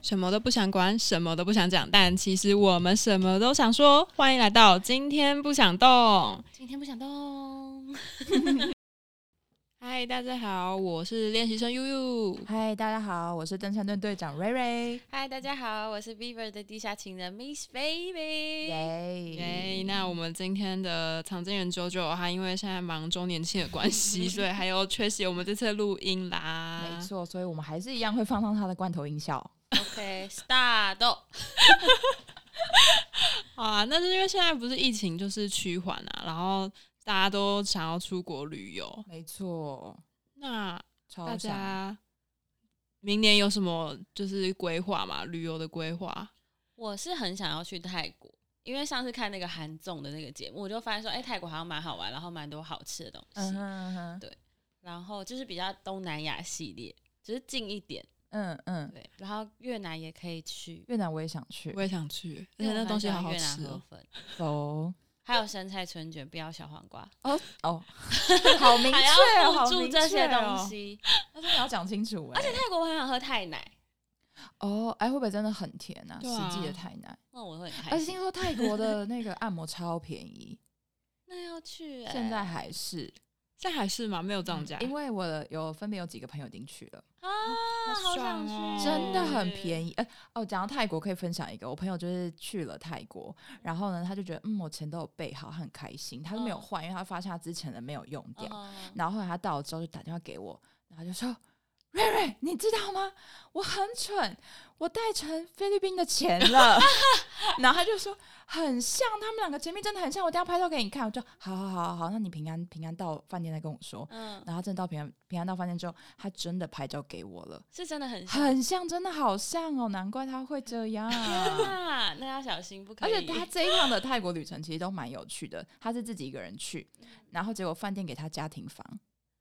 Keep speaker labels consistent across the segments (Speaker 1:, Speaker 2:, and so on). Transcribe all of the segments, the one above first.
Speaker 1: 什么都不想管，什么都不想讲，但其实我们什么都想说。欢迎来到今天不想动。
Speaker 2: 今天不想动。
Speaker 1: 嗨，大家好，我是练习生悠悠。
Speaker 3: 嗨，大家好，我是登山队队长瑞瑞。
Speaker 2: 嗨，大家好，我是 Beaver 的地下情人 Miss Baby。
Speaker 3: 耶！
Speaker 1: 耶、那我们今天的常见人九九，他因为现在忙周年庆的关 系，所以还有缺席我们这次的录音啦。
Speaker 3: 没错，所以我们还是一样会放上他的罐头音效。
Speaker 2: OK，start。
Speaker 1: 好啊，那是因为现在不是疫情就是趋缓啊，然后大家都想要出国旅游。
Speaker 3: 没错，
Speaker 1: 那大
Speaker 3: 超想。
Speaker 1: 家明年有什么就是规划嘛？旅游的规划？
Speaker 2: 我是很想要去泰国，因为上次看那个韩综的那个节目，我就发现说，哎、泰国好像蛮好玩，然后蛮多好吃的东西，
Speaker 3: 嗯哼嗯哼
Speaker 2: 然后就是比较东南亚系列，只、是近一点。
Speaker 3: 嗯嗯，
Speaker 2: 对，然后越南也可以去，
Speaker 3: 越南我也想去
Speaker 1: 我。也想去，而且
Speaker 2: 因为我
Speaker 1: 那
Speaker 2: 很
Speaker 1: 东西
Speaker 2: 喜
Speaker 1: 好
Speaker 2: 欢
Speaker 1: 好
Speaker 2: 越南
Speaker 1: 吃
Speaker 2: 河
Speaker 1: 哦。
Speaker 2: 粉，
Speaker 3: 走
Speaker 2: 还有生菜春卷，不要小黄瓜，
Speaker 3: 哦哦，好明
Speaker 2: 还
Speaker 3: 确
Speaker 2: 要
Speaker 3: 哦，好
Speaker 2: 附注
Speaker 3: 明
Speaker 2: 这些
Speaker 3: 确哦
Speaker 2: 东，西。
Speaker 3: 但是你要讲清楚哎。
Speaker 2: 泰国我很想喝泰奶，
Speaker 3: 哦，哎，会不会真的很甜啊？
Speaker 1: 对啊
Speaker 3: 实际的太难。
Speaker 2: 那我会很开
Speaker 3: 而且
Speaker 2: 心
Speaker 3: 听。说泰国的那个按摩超 便宜，
Speaker 2: 那要去、欸，
Speaker 3: 现在还是
Speaker 1: 现在还是吗？没有涨价，
Speaker 3: 嗯因为我的有分别有几个朋友已经去了。
Speaker 2: 啊，
Speaker 1: 好
Speaker 2: 好
Speaker 1: 爽
Speaker 2: 想去
Speaker 1: 哦，
Speaker 3: 真的很
Speaker 2: 宜。
Speaker 3: 便宜。哎、哦，讲到泰国可以分享一个，我朋友就是去了泰国，然后呢，他就觉得嗯，我钱都有备好，他很开心，他就没有
Speaker 2: 嗯
Speaker 3: 换，因为他发现他之前的没有用掉。
Speaker 2: 嗯
Speaker 3: 然后后来他到了之后就打电话给我，然后就说。瑞瑞，你知道吗？我很蠢，我带成菲律宾的钱 了。 然后他就说很像，他们两个前面真的很像，我等一下拍照给你看。我就好好好好好，那你平安平安到饭店再跟我说。
Speaker 2: 嗯，
Speaker 3: 然后他真的到平安平安到饭店之后，他真的拍照给我了。
Speaker 2: 是真的很像
Speaker 3: 很像，真的好像哦，难怪他会这 样。
Speaker 2: 啊，那要小心，不可
Speaker 3: 而
Speaker 2: 以。
Speaker 3: 且他这一趟的泰国旅程其实都蛮有趣的，他是自己一个人去，然后结果饭店给他家庭房，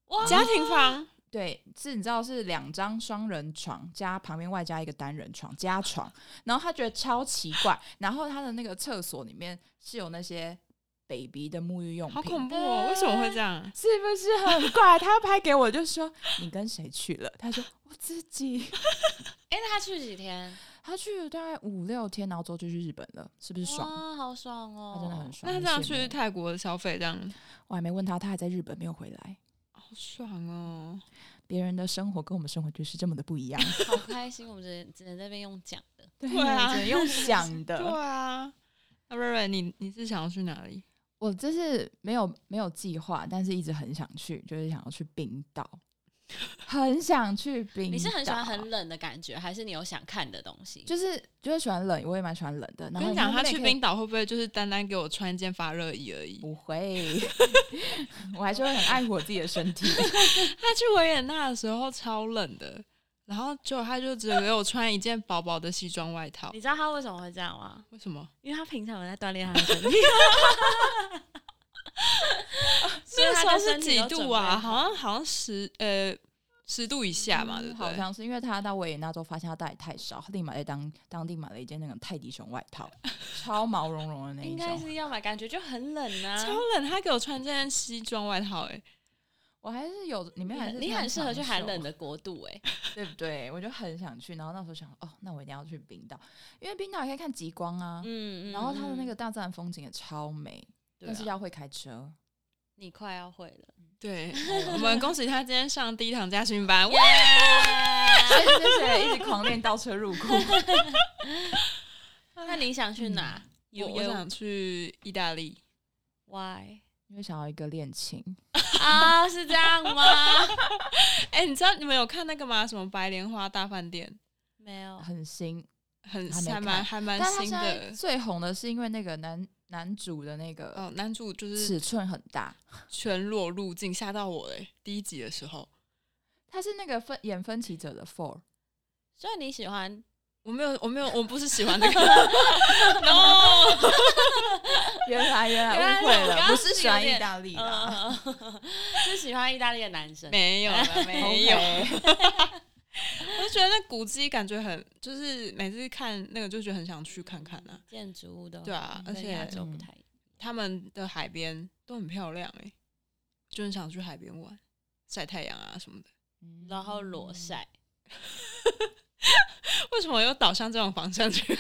Speaker 2: 哇
Speaker 1: 家庭房
Speaker 3: 对，是你知道是两张双人床加旁边外加一个单人床加床，然后他觉得超奇怪，然后他的那个厕所里面是有那些 baby 的沐浴用
Speaker 1: 好恐
Speaker 3: 品。
Speaker 1: 怖哦！为什么会这 样？
Speaker 3: 是不是很怪？他拍给我就说你跟谁去了？他说我自己。
Speaker 2: 哎，那他去几天？
Speaker 3: 他去了大概五六天，然后之后就去日本了，是不是爽？
Speaker 2: 哇，好爽哦，
Speaker 3: 他真的很
Speaker 1: 那
Speaker 3: 爽。
Speaker 1: 他
Speaker 3: 很
Speaker 1: 这样
Speaker 3: 羡
Speaker 1: 去
Speaker 3: 慕
Speaker 1: 泰国消费，这样
Speaker 3: 我还没问他，他还在日本没有回来。
Speaker 1: 好爽哦！
Speaker 3: 别人的生活跟我们生活就是这么的不 一样。
Speaker 2: 好开心。我们只能只能在那边用讲的。
Speaker 3: 对
Speaker 1: 啊
Speaker 3: 只能用想
Speaker 1: 对
Speaker 3: 的。
Speaker 1: 啊，那瑞瑞，你你是想要去哪里？
Speaker 3: 我这是没有没有计划，但是一直很想去，就是想要去冰岛，很想去冰岛。
Speaker 2: 你是很喜欢很，冷的感觉，还是你有想看的东西？
Speaker 3: 就是就是喜欢冷，我也蛮喜欢冷的。然
Speaker 1: 跟
Speaker 3: 后
Speaker 1: 你讲，
Speaker 3: 那
Speaker 1: 他
Speaker 3: 边
Speaker 1: 去
Speaker 3: 可以
Speaker 1: 冰岛会不会就是单单给我穿一件发热衣而已？
Speaker 3: 不会，我还是会很爱护我自己的身体。
Speaker 1: 他去维也纳的时候超冷的，然后就他就只给我穿一件薄薄的西装外套
Speaker 2: 你，知道他为什么会这样吗？
Speaker 1: 为什么？
Speaker 2: 因为他平常有在锻炼他的身体， 所以
Speaker 1: 那
Speaker 2: 他
Speaker 1: 时候
Speaker 2: 的
Speaker 1: 是
Speaker 2: 身体
Speaker 1: 几
Speaker 2: 有
Speaker 1: 度啊？
Speaker 2: 准备
Speaker 1: 好像好像十呃十度以下嘛，对不
Speaker 3: 嗯好
Speaker 1: 对？
Speaker 3: 像是因为他到维也纳之后发现他带太少，他立马在当当地买了一件那种泰迪熊外套，超毛茸茸的那一
Speaker 2: 应该
Speaker 3: 种。
Speaker 2: 是要买，感觉就很冷啊。
Speaker 1: 超冷，他给我穿这件西装外套、欸，
Speaker 3: 我还是有里面
Speaker 2: 你
Speaker 3: 还是
Speaker 2: 很你很适合去寒冷
Speaker 3: 的，
Speaker 2: 的国度哎、
Speaker 3: 对不对？我就很想去，然后那时候想，哦，那我一定要去冰岛，因为冰岛也可以看极光啊，
Speaker 2: 嗯，嗯
Speaker 3: 然后它的那
Speaker 2: 嗯
Speaker 3: 个大自然风景也超美，
Speaker 2: 对
Speaker 3: 但是
Speaker 2: 啊
Speaker 3: 要会开 车。
Speaker 2: 你快要会了，
Speaker 1: 对，我们恭喜他今天上第一堂家训班，哇！
Speaker 3: 所以这些 人一直狂练倒车入库，
Speaker 2: 那你想去哪？
Speaker 1: 嗯我我想去意大利，
Speaker 2: why
Speaker 3: 因为想要一个恋情。
Speaker 2: 啊？是这样吗？
Speaker 1: 哎、你知道你们有看那个吗？什么《白莲花大饭店
Speaker 2: 没有，
Speaker 3: 很新，》
Speaker 1: 很
Speaker 3: 还没
Speaker 1: 还蛮
Speaker 3: 看
Speaker 1: 还蛮
Speaker 3: 但他
Speaker 1: 新
Speaker 3: 现在
Speaker 1: 的
Speaker 3: 最红的是因为那个男男主的那个
Speaker 1: 哦，男主就是
Speaker 3: 尺寸很大，
Speaker 1: 全裸入境，吓到我哎、第一集的时候，
Speaker 3: 他是那个分演分歧者的 Four，
Speaker 2: 所以你 喜欢
Speaker 1: 我没有，我没有，我不是喜欢那个 ，no，
Speaker 3: 原来原
Speaker 2: 原来
Speaker 3: 来
Speaker 2: 是
Speaker 3: 误
Speaker 2: 我
Speaker 3: 会
Speaker 2: 刚
Speaker 3: 了，
Speaker 2: 刚
Speaker 3: 不
Speaker 2: 是
Speaker 3: 是喜
Speaker 2: 有
Speaker 3: 欢
Speaker 2: 点
Speaker 3: 意大利啊啦。
Speaker 2: 呃， 是喜欢意大利的男生。
Speaker 1: 啊没有了，没有。
Speaker 3: OK
Speaker 1: 我就觉得那古迹感觉很，就是每次看那个就觉得很想去看看啊。
Speaker 2: 建筑物的话
Speaker 1: 对啊
Speaker 3: 嗯
Speaker 2: 跟
Speaker 1: 而且嗯
Speaker 2: 亚洲不太一样。
Speaker 1: 他们的海边都很漂亮哎、就很想去海边玩，晒太阳啊什么的。
Speaker 3: 嗯
Speaker 2: 然后裸晒，
Speaker 1: 为什么又导向这种方向去？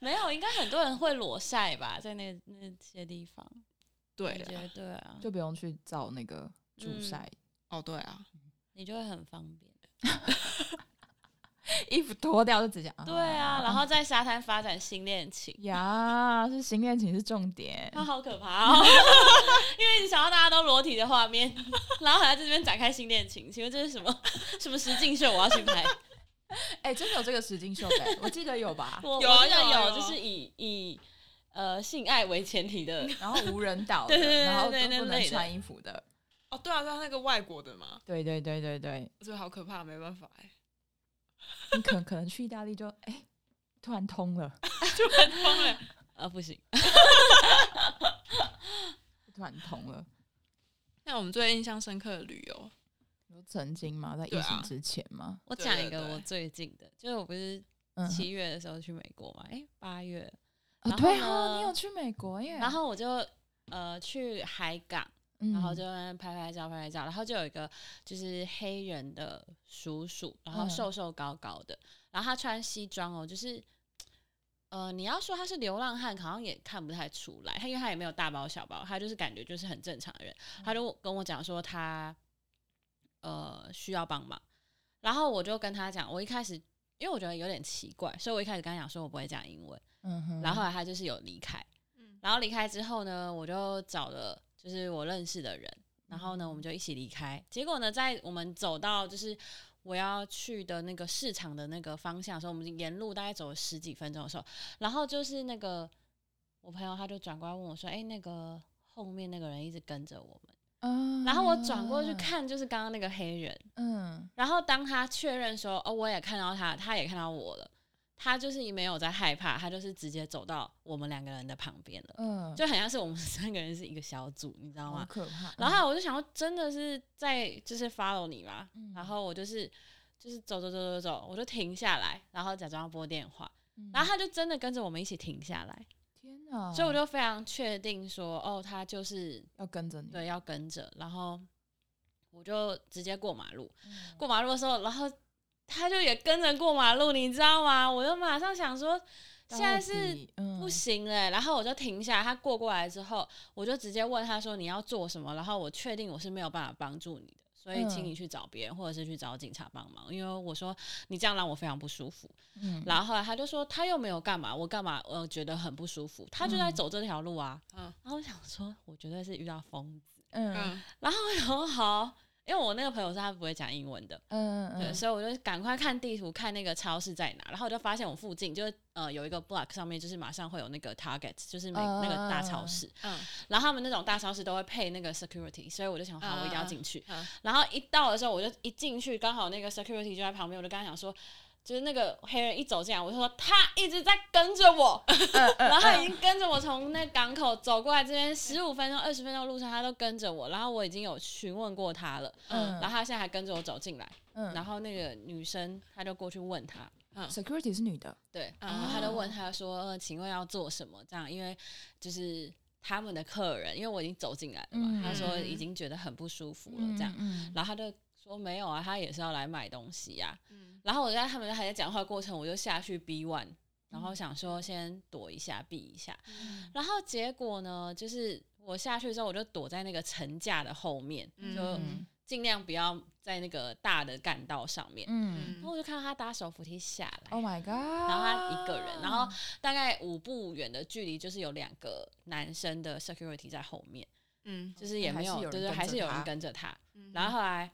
Speaker 2: 没有，应该很多人会裸晒吧，在那那些地方，
Speaker 1: 对
Speaker 2: 我觉
Speaker 1: 啦，
Speaker 2: 得对啊，
Speaker 3: 就不用去找那个助
Speaker 2: 嗯
Speaker 3: 晒，
Speaker 1: 哦对啊，
Speaker 2: 你就会很方便。
Speaker 3: 衣服脱掉就直接。
Speaker 2: 对啊，然后在沙滩发展新恋情，
Speaker 3: 呀，是新恋情是重点。
Speaker 2: 那好可怕哦！ 因为你想要大家都裸体的画面， 然后还在这边展开新恋情，请问这是什么 什么实境秀？我要去拍。
Speaker 3: 哎、真的有这个实境秀呗？我记得有吧？
Speaker 2: 我
Speaker 1: 有啊
Speaker 2: 我记得
Speaker 1: 有啊有啊
Speaker 2: 有，就是以以呃性爱为前提 的，
Speaker 3: 然后无人岛的，
Speaker 2: 对对对对
Speaker 3: 然后
Speaker 2: 对
Speaker 3: 都
Speaker 2: 那
Speaker 3: 不能
Speaker 2: 类的
Speaker 3: 穿衣服的。
Speaker 1: 哦对啊，对啊，那个外国的嘛，
Speaker 3: 对对对对对，
Speaker 1: 我觉得好可怕，没办法哎，
Speaker 3: 你可可能去意大利就哎、突然通了，
Speaker 1: 就很疯了。
Speaker 2: 呃，不行，
Speaker 3: 突然通了。
Speaker 1: 那我们最印象深刻的旅游，
Speaker 3: 有曾经吗？在疫
Speaker 1: 对啊
Speaker 3: 情之前吗？
Speaker 2: 我讲
Speaker 1: 对
Speaker 2: 一个
Speaker 1: 对
Speaker 2: 我最近的，就是我不是
Speaker 3: 嗯，
Speaker 2: 七月的时候去美国嘛，哎、八月，
Speaker 3: 哦
Speaker 2: 然后
Speaker 3: 对哦，
Speaker 2: 呢
Speaker 3: 你有去美国耶？
Speaker 2: 然后我就呃去海港，
Speaker 3: 嗯，
Speaker 2: 然后就在那边拍拍照拍拍照，然后就有一个就是黑人的叔叔，然后
Speaker 3: 嗯
Speaker 2: 瘦瘦高高的，然后他穿西装哦，就是。呃，你要说他是流浪汉，好像也看不太出来。他因为他也没有大包小包，他就是感觉就是很正常的人。
Speaker 3: 嗯
Speaker 2: 他就跟我讲说他呃需要帮忙，然后我就跟他讲，我一开始因为我觉得有点奇怪，所以我一开始跟他讲说我不会讲英文，
Speaker 3: 嗯哼，
Speaker 2: 然后后来他就是有离开，
Speaker 1: 嗯
Speaker 2: 然后离开之后呢，我就找了就是我认识的人，然后呢我们就一起离开。结果呢，在我们走到就是我要去的那个市场的那个方向的时候，我们沿路大概走了十几分钟的时候，然后就是那个我朋友他就转过来问我说：“哎、那个后面那个人一直跟着我们。”
Speaker 3: 嗯，
Speaker 2: 然后我转过去，看，就是刚刚那个黑人。
Speaker 3: 嗯，
Speaker 2: 然后当他确认说：“哦，我也看到他，他也看到我了。”他就是没有在害怕，他就是直接走到我们两个人的旁边了。
Speaker 3: 嗯，
Speaker 2: 就很像是我们三个人是一个小组，你知道
Speaker 3: 好
Speaker 2: 吗？
Speaker 3: 可怕。
Speaker 2: 然后我就想说，真的是在就是 follow 你吧。
Speaker 3: 嗯
Speaker 2: 然后我就是就是走走走走走，我就停下来，然后假装要拨电话，
Speaker 3: 嗯，哦
Speaker 2: 然后他就真的跟着我们一起停下来，
Speaker 3: 天哪！
Speaker 2: 所以我就非常确定说，哦，他就是
Speaker 3: 要跟着你，
Speaker 2: 对要跟着，然后我就直接过马路，
Speaker 3: 嗯，
Speaker 2: 过马路的时候，然后他就也跟着过马路，你知道吗？我就马上想说，现在是不
Speaker 3: 不
Speaker 2: 行嘞、然后我就停下来，他过过来之后，我就直接问他说你要做什么，然后我确定我是没有办法帮助你的，所以
Speaker 3: 嗯
Speaker 2: 请你去找别人或者是去找警察帮忙，因为我说你这样让我非常不舒服。
Speaker 3: 嗯，
Speaker 2: 然后后来他就说他又没有干嘛，我干嘛？我觉得很不舒服，他就在走这条路啊。
Speaker 1: 嗯
Speaker 2: 然后我想说，我绝对是遇到疯子。
Speaker 3: 嗯
Speaker 1: 嗯，
Speaker 2: 然后我想说好，因为我那个朋友是他不会讲英文的，
Speaker 3: 嗯
Speaker 2: 对，
Speaker 3: 嗯，
Speaker 2: 所以我就赶快看地图，看那个超市在哪，然后我就发现我附近就是呃有一个 block 上面就是马上会有那个 Target，就是每、
Speaker 3: 嗯
Speaker 2: 那个大超市，
Speaker 1: 嗯
Speaker 2: 然后他们那种大超市都会配那个 security，所以我就想好
Speaker 1: 嗯
Speaker 2: 我一定要
Speaker 1: 嗯
Speaker 2: 进去，
Speaker 1: 嗯
Speaker 2: 然后一到的时候我就一进去，刚好那个 security 就在旁边，我就跟他讲说。就是那个黑人一走进来，我就说他一直在跟着我，
Speaker 3: 嗯
Speaker 2: 然后他已经跟着我从那港口走过来这边十五分钟、二十分钟路上，他都跟着我。然后我已经有询问过他了，
Speaker 1: 嗯
Speaker 2: 然后他现在还跟着我走进来。
Speaker 3: 嗯，
Speaker 2: 然后那个女生她就过去问他，
Speaker 3: security 是女的，
Speaker 2: 对，
Speaker 1: 啊
Speaker 2: 然后她就问他说：“呃，请问要做什么？”这样，因为就是他们的客人，因为我已经走进来了嘛，
Speaker 3: 嗯
Speaker 2: 他说已经觉得很不舒服了，这样，
Speaker 3: 嗯，
Speaker 2: 然后他就说没有啊，他也是要来买东西呀、
Speaker 1: 嗯
Speaker 2: 然后我在他们还在讲话过程，我就下去逼问，然后想说先躲一下，避一下，
Speaker 1: 嗯
Speaker 2: 然后结果呢，就是我下去之后，我就躲在那个层架的后面，
Speaker 1: 嗯
Speaker 2: 就
Speaker 3: 嗯
Speaker 2: 尽量不要在那个大的干道上面。
Speaker 3: 嗯
Speaker 2: 然后我就看到他搭手扶梯下来，
Speaker 3: ，Oh my god，然
Speaker 2: 然后他一个人，然后大概五步远的距离就是有两个男生的 security 在后面，
Speaker 1: 嗯
Speaker 2: 就是也没有，
Speaker 3: 哦还是有人
Speaker 2: 对对，
Speaker 3: 跟着
Speaker 2: 还是有人
Speaker 3: 他
Speaker 2: 跟着他。
Speaker 1: 嗯
Speaker 2: 然后后来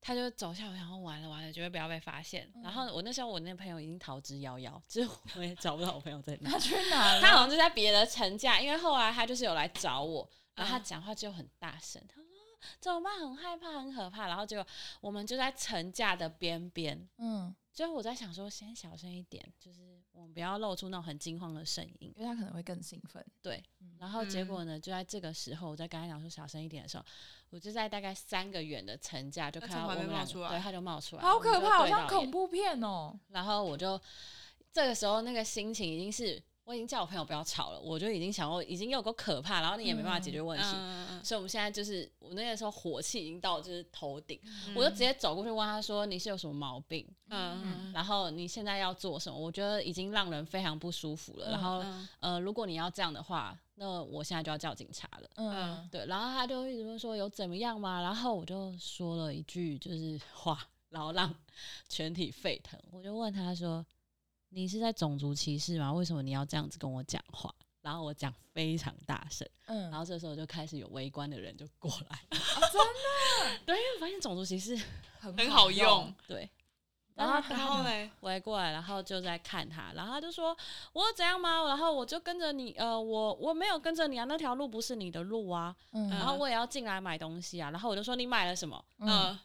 Speaker 2: 他就走下，我想说完了完了，绝对不要被发现。
Speaker 3: 嗯
Speaker 2: 然后我那时候我那朋友已经逃之夭 夭，就是我也找不到我朋友在哪。
Speaker 3: 他去哪
Speaker 2: 他好
Speaker 3: 了？
Speaker 2: 像就在别的层架，因为后来他就是有来找我，然后他
Speaker 1: 嗯
Speaker 2: 讲话就很大声，他说啊怎么办？很害怕，很可怕。然后结果我们就在层架的边边，
Speaker 3: 嗯，
Speaker 2: 所以我在想说，先小声一点，就是我们不要露出那种很惊慌的声音。
Speaker 3: 因为他可能会更兴奋，
Speaker 2: 然后结
Speaker 1: 嗯
Speaker 2: 果呢，就在这个时候，我在跟他讲说小声一点的时候，我就在大概三个远的层架就
Speaker 1: 他
Speaker 2: 看
Speaker 1: 哦从
Speaker 2: 到我
Speaker 1: 旁
Speaker 2: 们
Speaker 1: 边
Speaker 2: 两
Speaker 1: 冒出
Speaker 2: 个，
Speaker 1: 来
Speaker 2: 对，他就冒出来，
Speaker 3: 好可怕，好像
Speaker 2: 怖。
Speaker 3: 恐怖片哦。
Speaker 2: 然后我就这个时候那个心情已经是我已经叫我朋友不要吵了，我就已经想过已经有够可怕，然后你也没办法解决问题。
Speaker 1: 嗯，
Speaker 2: 所以我们现在就是，我那个时候火气已经到就是头顶，
Speaker 1: 嗯
Speaker 2: 我就直接走过去问他说：“你是有什么毛病？
Speaker 1: 嗯，嗯
Speaker 2: 然后你现在要做什么？”我觉得已经让人非常不舒服了。然后
Speaker 1: 嗯
Speaker 2: 呃，如果你要这样的话，那我现在就要叫警察了。
Speaker 1: 嗯
Speaker 3: 嗯
Speaker 2: 对，然后他就一直问说有怎么样吗？然后我就说了一句就是话，然后让全体沸腾。我就问他说：“你是在种族歧视吗？为什么你要这样子跟我讲话？”然后我讲非常大声，
Speaker 3: 嗯，
Speaker 2: 然后这时候就开始有围观的人就过来，
Speaker 3: 啊真 的
Speaker 2: 对，因为我发现种族歧视
Speaker 3: 很
Speaker 1: 很好用。。
Speaker 2: 对。
Speaker 3: 然
Speaker 2: 嗯
Speaker 3: 后
Speaker 1: 然后嘞，
Speaker 2: 围过来，然后就在看他，然后他就说：“我有怎样吗？”然后我就跟着你，呃，我我没有跟着你啊，那条路不是你的路啊，然
Speaker 3: 嗯
Speaker 2: 后我也要进来买东西啊，然后我就说：“你买了什么？”
Speaker 3: 嗯
Speaker 1: 嗯，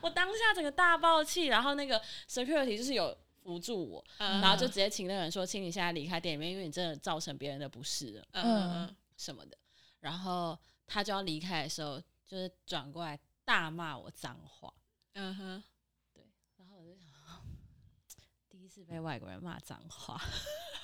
Speaker 2: 我当下整个大爆气，然后那个 security 就是有扶住我，
Speaker 1: 然
Speaker 2: 然后就直接请那个人说，请你现在离开店里面，因为你真的造成别人的不适了
Speaker 1: 嗯
Speaker 2: 什么的。然后他就要离开的时候，就是转过来大骂我脏话，
Speaker 1: 嗯哼，
Speaker 2: 然后我就想， 第一次被外国人骂脏话，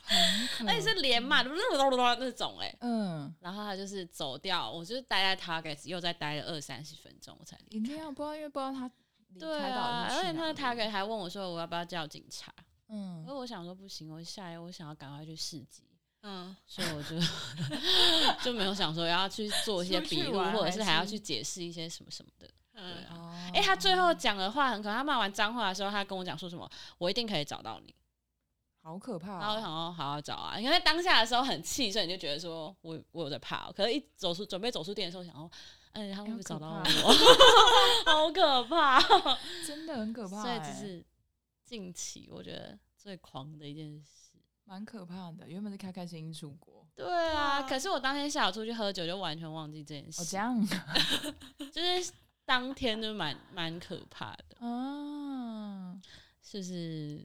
Speaker 3: 很 可
Speaker 2: 嗯而且哎是连骂的那种哎、
Speaker 3: 嗯，
Speaker 2: 然后他就是走掉，我就是待在 Target，又再待了二三十分钟，我才离
Speaker 3: 一
Speaker 2: 开
Speaker 3: 定。要不知道，因为不知道他离
Speaker 2: 对
Speaker 3: 开到
Speaker 2: 啊，而
Speaker 3: 底是去
Speaker 2: 且他
Speaker 3: 哪里
Speaker 2: Target 还问我说，我要不要叫警察？因为
Speaker 3: 嗯
Speaker 2: 我想说不行，我下一我想要赶快去市集，
Speaker 1: 嗯
Speaker 2: 所以我 就就没有想说要去做一些笔
Speaker 3: 出去
Speaker 2: 录，
Speaker 3: 玩
Speaker 2: 或者
Speaker 3: 还
Speaker 2: 是
Speaker 3: 是
Speaker 2: 还要去解释一些什么什么的。对
Speaker 1: 嗯，
Speaker 2: 啊
Speaker 3: 哦，
Speaker 2: 哎、他最后讲的话很可怕，他骂完脏话的时候，他跟我讲说什么，我一定可以找到你。
Speaker 3: 好可怕
Speaker 2: 然后我
Speaker 3: 哦，
Speaker 2: 想说好好找啊，因为在当下的时候很气，所以你就觉得说我我有在怕哦、可是一走出准备走出店的时候，想说，嗯、他会不
Speaker 3: 哎
Speaker 2: 会找到我？ 好可怕！哦
Speaker 3: 真的很哦 可怕
Speaker 2: 所以这
Speaker 3: 欸，
Speaker 2: 是近期我觉得最狂的一件事。
Speaker 3: 蛮可怕的。原本是开开心心出国，哦
Speaker 2: 对啊，
Speaker 1: 对啊
Speaker 2: 可是我当天下午出去喝酒，就完全忘记这件
Speaker 3: 哦，
Speaker 2: 事，
Speaker 3: 这样
Speaker 2: 就是当天就蛮蛮可怕的，
Speaker 3: 啊，
Speaker 2: 就是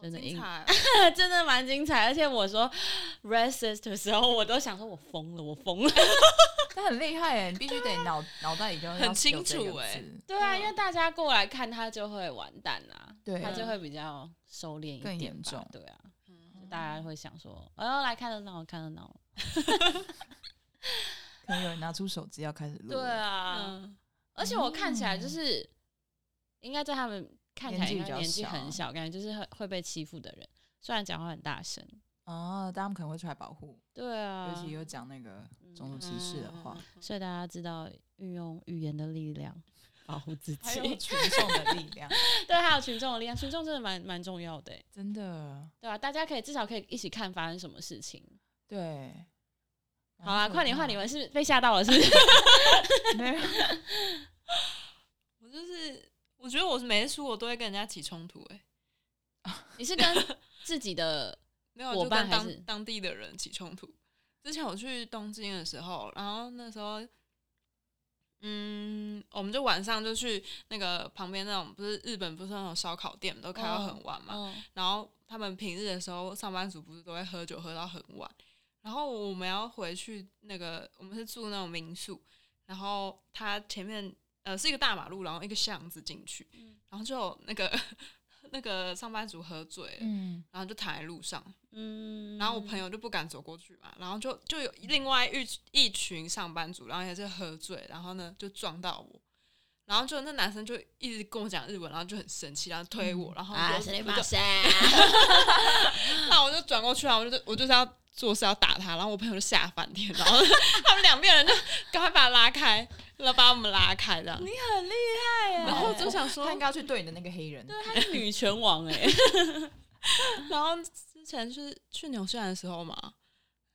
Speaker 2: 真的
Speaker 1: 好精
Speaker 2: 硬
Speaker 1: 彩哦
Speaker 2: 真的蛮精彩。而且我说 racist 的时候，我都想说我疯了，我疯了。
Speaker 3: 但很厉害哎，你必须得脑脑袋里就要
Speaker 1: 很清
Speaker 3: 有这个
Speaker 1: 楚欸
Speaker 3: 字
Speaker 2: 对啊，
Speaker 1: 嗯
Speaker 2: 因为大家过来看他就会完蛋啊，
Speaker 3: 对
Speaker 2: 他就会比较收敛一点吧，
Speaker 3: 更严重
Speaker 2: 对啊，
Speaker 1: 嗯
Speaker 2: 就大家会想说，哦，来看得到，看得到，
Speaker 3: 可能有人拿出手机要开始录
Speaker 2: 对
Speaker 3: 了，
Speaker 2: 啊，
Speaker 1: 嗯
Speaker 2: 而且我看起来就是，应该在他们看起来应该嗯年纪
Speaker 3: 年纪
Speaker 2: 很
Speaker 3: 比
Speaker 2: 小，感觉就是会会被欺负的人。虽然讲话很大声，
Speaker 3: 哦，大家可能会出来保护，
Speaker 2: 对啊
Speaker 3: 尤，其有讲那个种族
Speaker 1: 嗯
Speaker 3: 歧视的话，
Speaker 2: 所以大家知道运用语言的力量 保护自
Speaker 3: 还
Speaker 2: 己
Speaker 3: 有，群众的力量，
Speaker 2: 对，还有群众的力量，群众真的蛮蛮重要的欸，
Speaker 3: 真的
Speaker 2: 对啊，大家可以至少可以一起看发生什么事情。
Speaker 3: 对。
Speaker 2: 好啦，
Speaker 3: 蛮可
Speaker 2: 快点
Speaker 3: 怕
Speaker 2: 换你们，是被吓到了是不是？
Speaker 3: 没有
Speaker 1: 我就是，我觉得我每次出国都会跟人家起冲突，哎，
Speaker 2: 你是跟自己的
Speaker 1: 没有啊
Speaker 2: 伙
Speaker 1: 就
Speaker 2: 伴
Speaker 1: 跟
Speaker 2: 还是
Speaker 1: 当当地的人起冲突。之前我去东京的时候，然后那时候，嗯，我们就晚上就去那个旁边那种，不是日本不是那种烧烤店都开到很晚嘛，
Speaker 2: 嗯
Speaker 1: 然后他们平日的时候，上班族不是都会喝酒喝到很晚，然后我们要回去那个，我们是住那种民宿，然后它前面呃是一个大马路，然后一个巷子进去，然后就有那个 那个上班族喝醉了，
Speaker 3: 嗯，
Speaker 1: 然后就躺在路上，
Speaker 2: 嗯
Speaker 1: 然后我朋友就不敢走过去嘛，然后就就有另外一一群上班族，然后也是喝醉，然后呢就撞到我。然后就那男生就一直跟我讲日文，然后就很生气，然后推我，然后
Speaker 2: 啊，
Speaker 1: 我
Speaker 2: 谁
Speaker 1: 我就
Speaker 2: 骂谁？
Speaker 1: 那我就转过去啊，我就我就是要做事要打他，然后我朋友就吓翻天，然后 他们两边人就赶快把他拉开，然后把我们拉开这样。
Speaker 2: 你很厉害
Speaker 3: 啊
Speaker 2: 耶
Speaker 1: 然后就想说
Speaker 3: 他，应该要去对你的那个黑人，
Speaker 2: 对，啊她是女拳王哎、
Speaker 1: 然后之前是去纽西兰的时候嘛，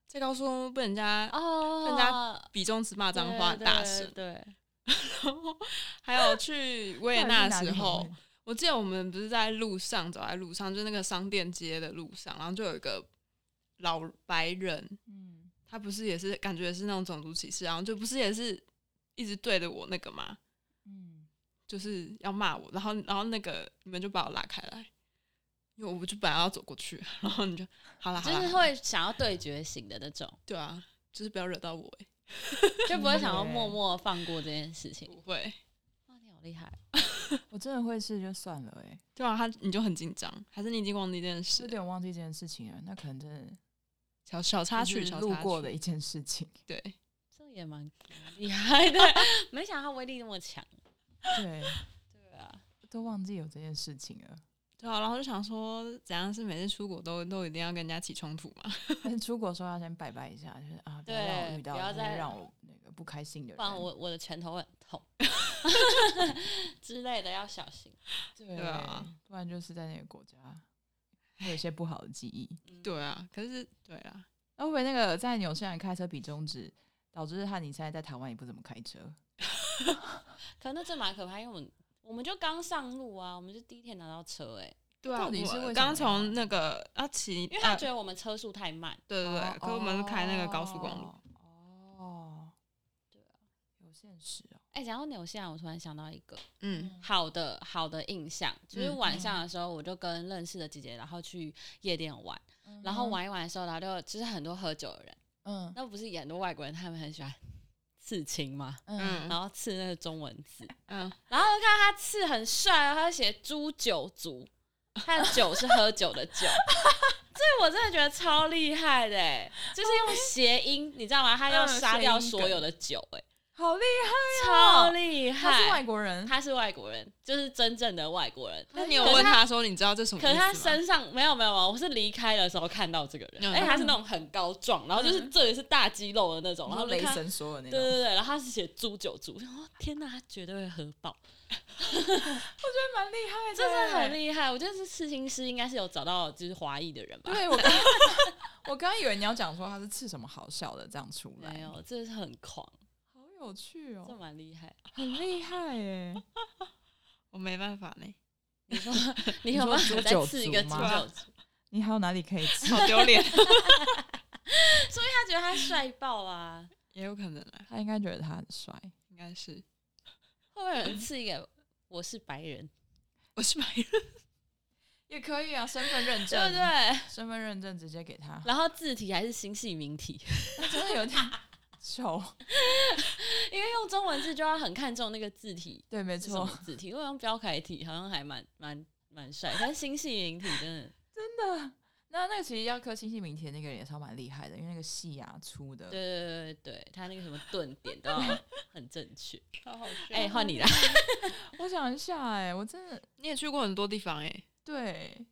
Speaker 1: 在高速被人家
Speaker 2: 哦
Speaker 1: 更加比中指骂
Speaker 2: 对
Speaker 1: 脏话很大
Speaker 2: 对
Speaker 1: 声，
Speaker 2: 对，
Speaker 1: 然后还有去维也纳
Speaker 3: 到
Speaker 1: 的
Speaker 3: 底
Speaker 1: 时
Speaker 3: 是哪里
Speaker 1: 候
Speaker 3: 好，玩
Speaker 1: 我记得我们不是在路上走在路上，就那个商店街的路上，然后就有一个老白人，
Speaker 3: 嗯，
Speaker 1: 他不是也是感觉是那种种族歧视，然后就不是也是一直对着我那个嘛，
Speaker 3: 嗯，
Speaker 1: 就是要骂我，然后然后那个你们就把我拉开来，因为我就本来要走过去， 然后你就好啦好
Speaker 2: 就是
Speaker 1: 啦，
Speaker 2: 会想要对决型的那种，
Speaker 1: 对啊，就是不要惹到我、欸，
Speaker 2: 就不会想要默默放过这件事情。
Speaker 1: 不会，
Speaker 2: 哇，你好厉害！
Speaker 3: 我真的会是就算了哎、
Speaker 1: 对啊，他你就很紧张，还是你已经忘记这件
Speaker 3: 有
Speaker 1: 事？
Speaker 3: 点忘记这件事情了，那可能真的
Speaker 1: 小小插曲，
Speaker 3: 就是
Speaker 1: 小插曲
Speaker 3: 路过的一件 事情。
Speaker 1: 对，
Speaker 2: 这也蛮厉害的，没想到他威力那么强。
Speaker 3: 对，
Speaker 2: 对啊，
Speaker 3: 都忘记有这件事情了。
Speaker 1: 对啊，然后就想说，怎样是每次出国都都一定要跟人家起冲突嘛？
Speaker 3: 但是出国的时候要先拜拜一下，就是啊，不要让我
Speaker 2: 对
Speaker 3: 遇到，
Speaker 2: 不要
Speaker 3: 就是
Speaker 2: 再
Speaker 3: 让我那个不开心的人。
Speaker 2: 不然我我的拳头会很痛 之类的，要小心。
Speaker 3: 对
Speaker 1: 对啊
Speaker 3: 不然就是在那个国家会有一些不好的记忆。
Speaker 1: 对啊，可是对啊，
Speaker 3: 那会不会那个在纽西兰开车比中指，导致他你现在在台湾也不怎么开车？
Speaker 2: 可那这蛮可怕，因为我们我们就刚上路啊，我们是第一天拿到车哎、
Speaker 1: 对
Speaker 3: 到底是为什么
Speaker 1: 我
Speaker 3: 呀
Speaker 1: 刚从那个阿奇，
Speaker 2: 因为他
Speaker 1: 啊
Speaker 2: 觉得我们车速太慢，
Speaker 1: 对对对，可我们是开那个高速公路，
Speaker 3: 哦。哦，
Speaker 2: 对啊，
Speaker 3: 有现实哦。
Speaker 2: 哎、讲到纽西兰，我突然想到一个
Speaker 1: 嗯
Speaker 2: 好的好的印象，就是
Speaker 1: 嗯
Speaker 2: 晚上的时候，我就跟认识的姐姐，然后去夜店玩，然后，玩一玩的时候，然后就就是很多喝酒的人，
Speaker 3: 哦嗯
Speaker 2: 那不是也很多外国人，他们很喜欢刺青嘛，
Speaker 3: 嗯，
Speaker 1: 嗯
Speaker 2: 然后刺那个中文字，
Speaker 1: 嗯，
Speaker 2: 然后看他刺很帅啊，他就写猪酒足，他的酒是喝酒的 酒。这我真的觉得超厉害的、欸，就是用谐音，你知道吗？他要杀掉所有的酒、欸，
Speaker 3: 好厉哦
Speaker 2: 超厉
Speaker 3: 害！哦他是外
Speaker 2: 害。
Speaker 3: 国人，嗯
Speaker 2: 他是外国人，就是真正的外国人。
Speaker 1: 那你有
Speaker 2: 可是
Speaker 1: 问
Speaker 2: 他
Speaker 1: 他说，你知道这什么意
Speaker 2: 可
Speaker 1: 思
Speaker 2: 是
Speaker 1: 吗？
Speaker 2: 他身上没有没有没有，我是离开的时候看到这个人，
Speaker 1: 嗯
Speaker 2: 而且他是那种很高壮，然后就是这里是大肌肉的那种，
Speaker 3: 然
Speaker 2: 然
Speaker 3: 后
Speaker 2: 后就
Speaker 3: 嗯雷
Speaker 2: 看
Speaker 3: 神所有那
Speaker 2: 对
Speaker 3: 种，
Speaker 2: 对对，然后他是写猪酒足，我想说天哪，他绝对会喝爆。
Speaker 3: 蛮厉害的，
Speaker 2: 真的很厉害，我觉得这刺青师应该是有找到就是华裔的人吧？
Speaker 3: 对我刚， 我刚以为你要讲说他是吃什么好笑的这样出来，
Speaker 2: 没有，这是很狂，
Speaker 3: 好有趣
Speaker 2: 这
Speaker 3: 哦，
Speaker 2: 蛮厉害。
Speaker 3: 很厉害耶！
Speaker 1: 我没办法呢，
Speaker 2: 你说你有没
Speaker 3: 猪
Speaker 2: 有再
Speaker 3: 九
Speaker 2: 刺一
Speaker 3: 族
Speaker 2: 个猪
Speaker 3: 吗
Speaker 2: 九族？
Speaker 3: 你还有哪里可以吃？
Speaker 1: 好丢脸，
Speaker 2: 所以他觉得他帅爆啊！
Speaker 1: 也有可能啊，
Speaker 3: 他应该觉得他很帅，
Speaker 1: 应该是
Speaker 2: 会不会有人刺一个我是白人，
Speaker 1: 我是白人，
Speaker 3: 也可以啊，身份认
Speaker 2: 对不对？
Speaker 3: 身份认证直接给 他，
Speaker 2: 然后字体还是星系名体，
Speaker 3: 真的有点丑。
Speaker 2: 因为用中文字就要很看重那个字体
Speaker 3: 对，没
Speaker 2: 是什
Speaker 3: 错，
Speaker 2: 么字体。如果用标楷体，好像还蛮蛮蛮帅，但是星系名体真 的
Speaker 3: 真的。那那个其实要刻星系名帖那个人也超蛮厉害的，因为那个细啊粗的，
Speaker 2: 对对对对对，他那个什么顿点 都要很正确。
Speaker 1: 好好笑哦
Speaker 2: 哎，换你啦。
Speaker 3: 我想一下，哎，我真的
Speaker 1: 你也去过很多地方哎、
Speaker 3: 对，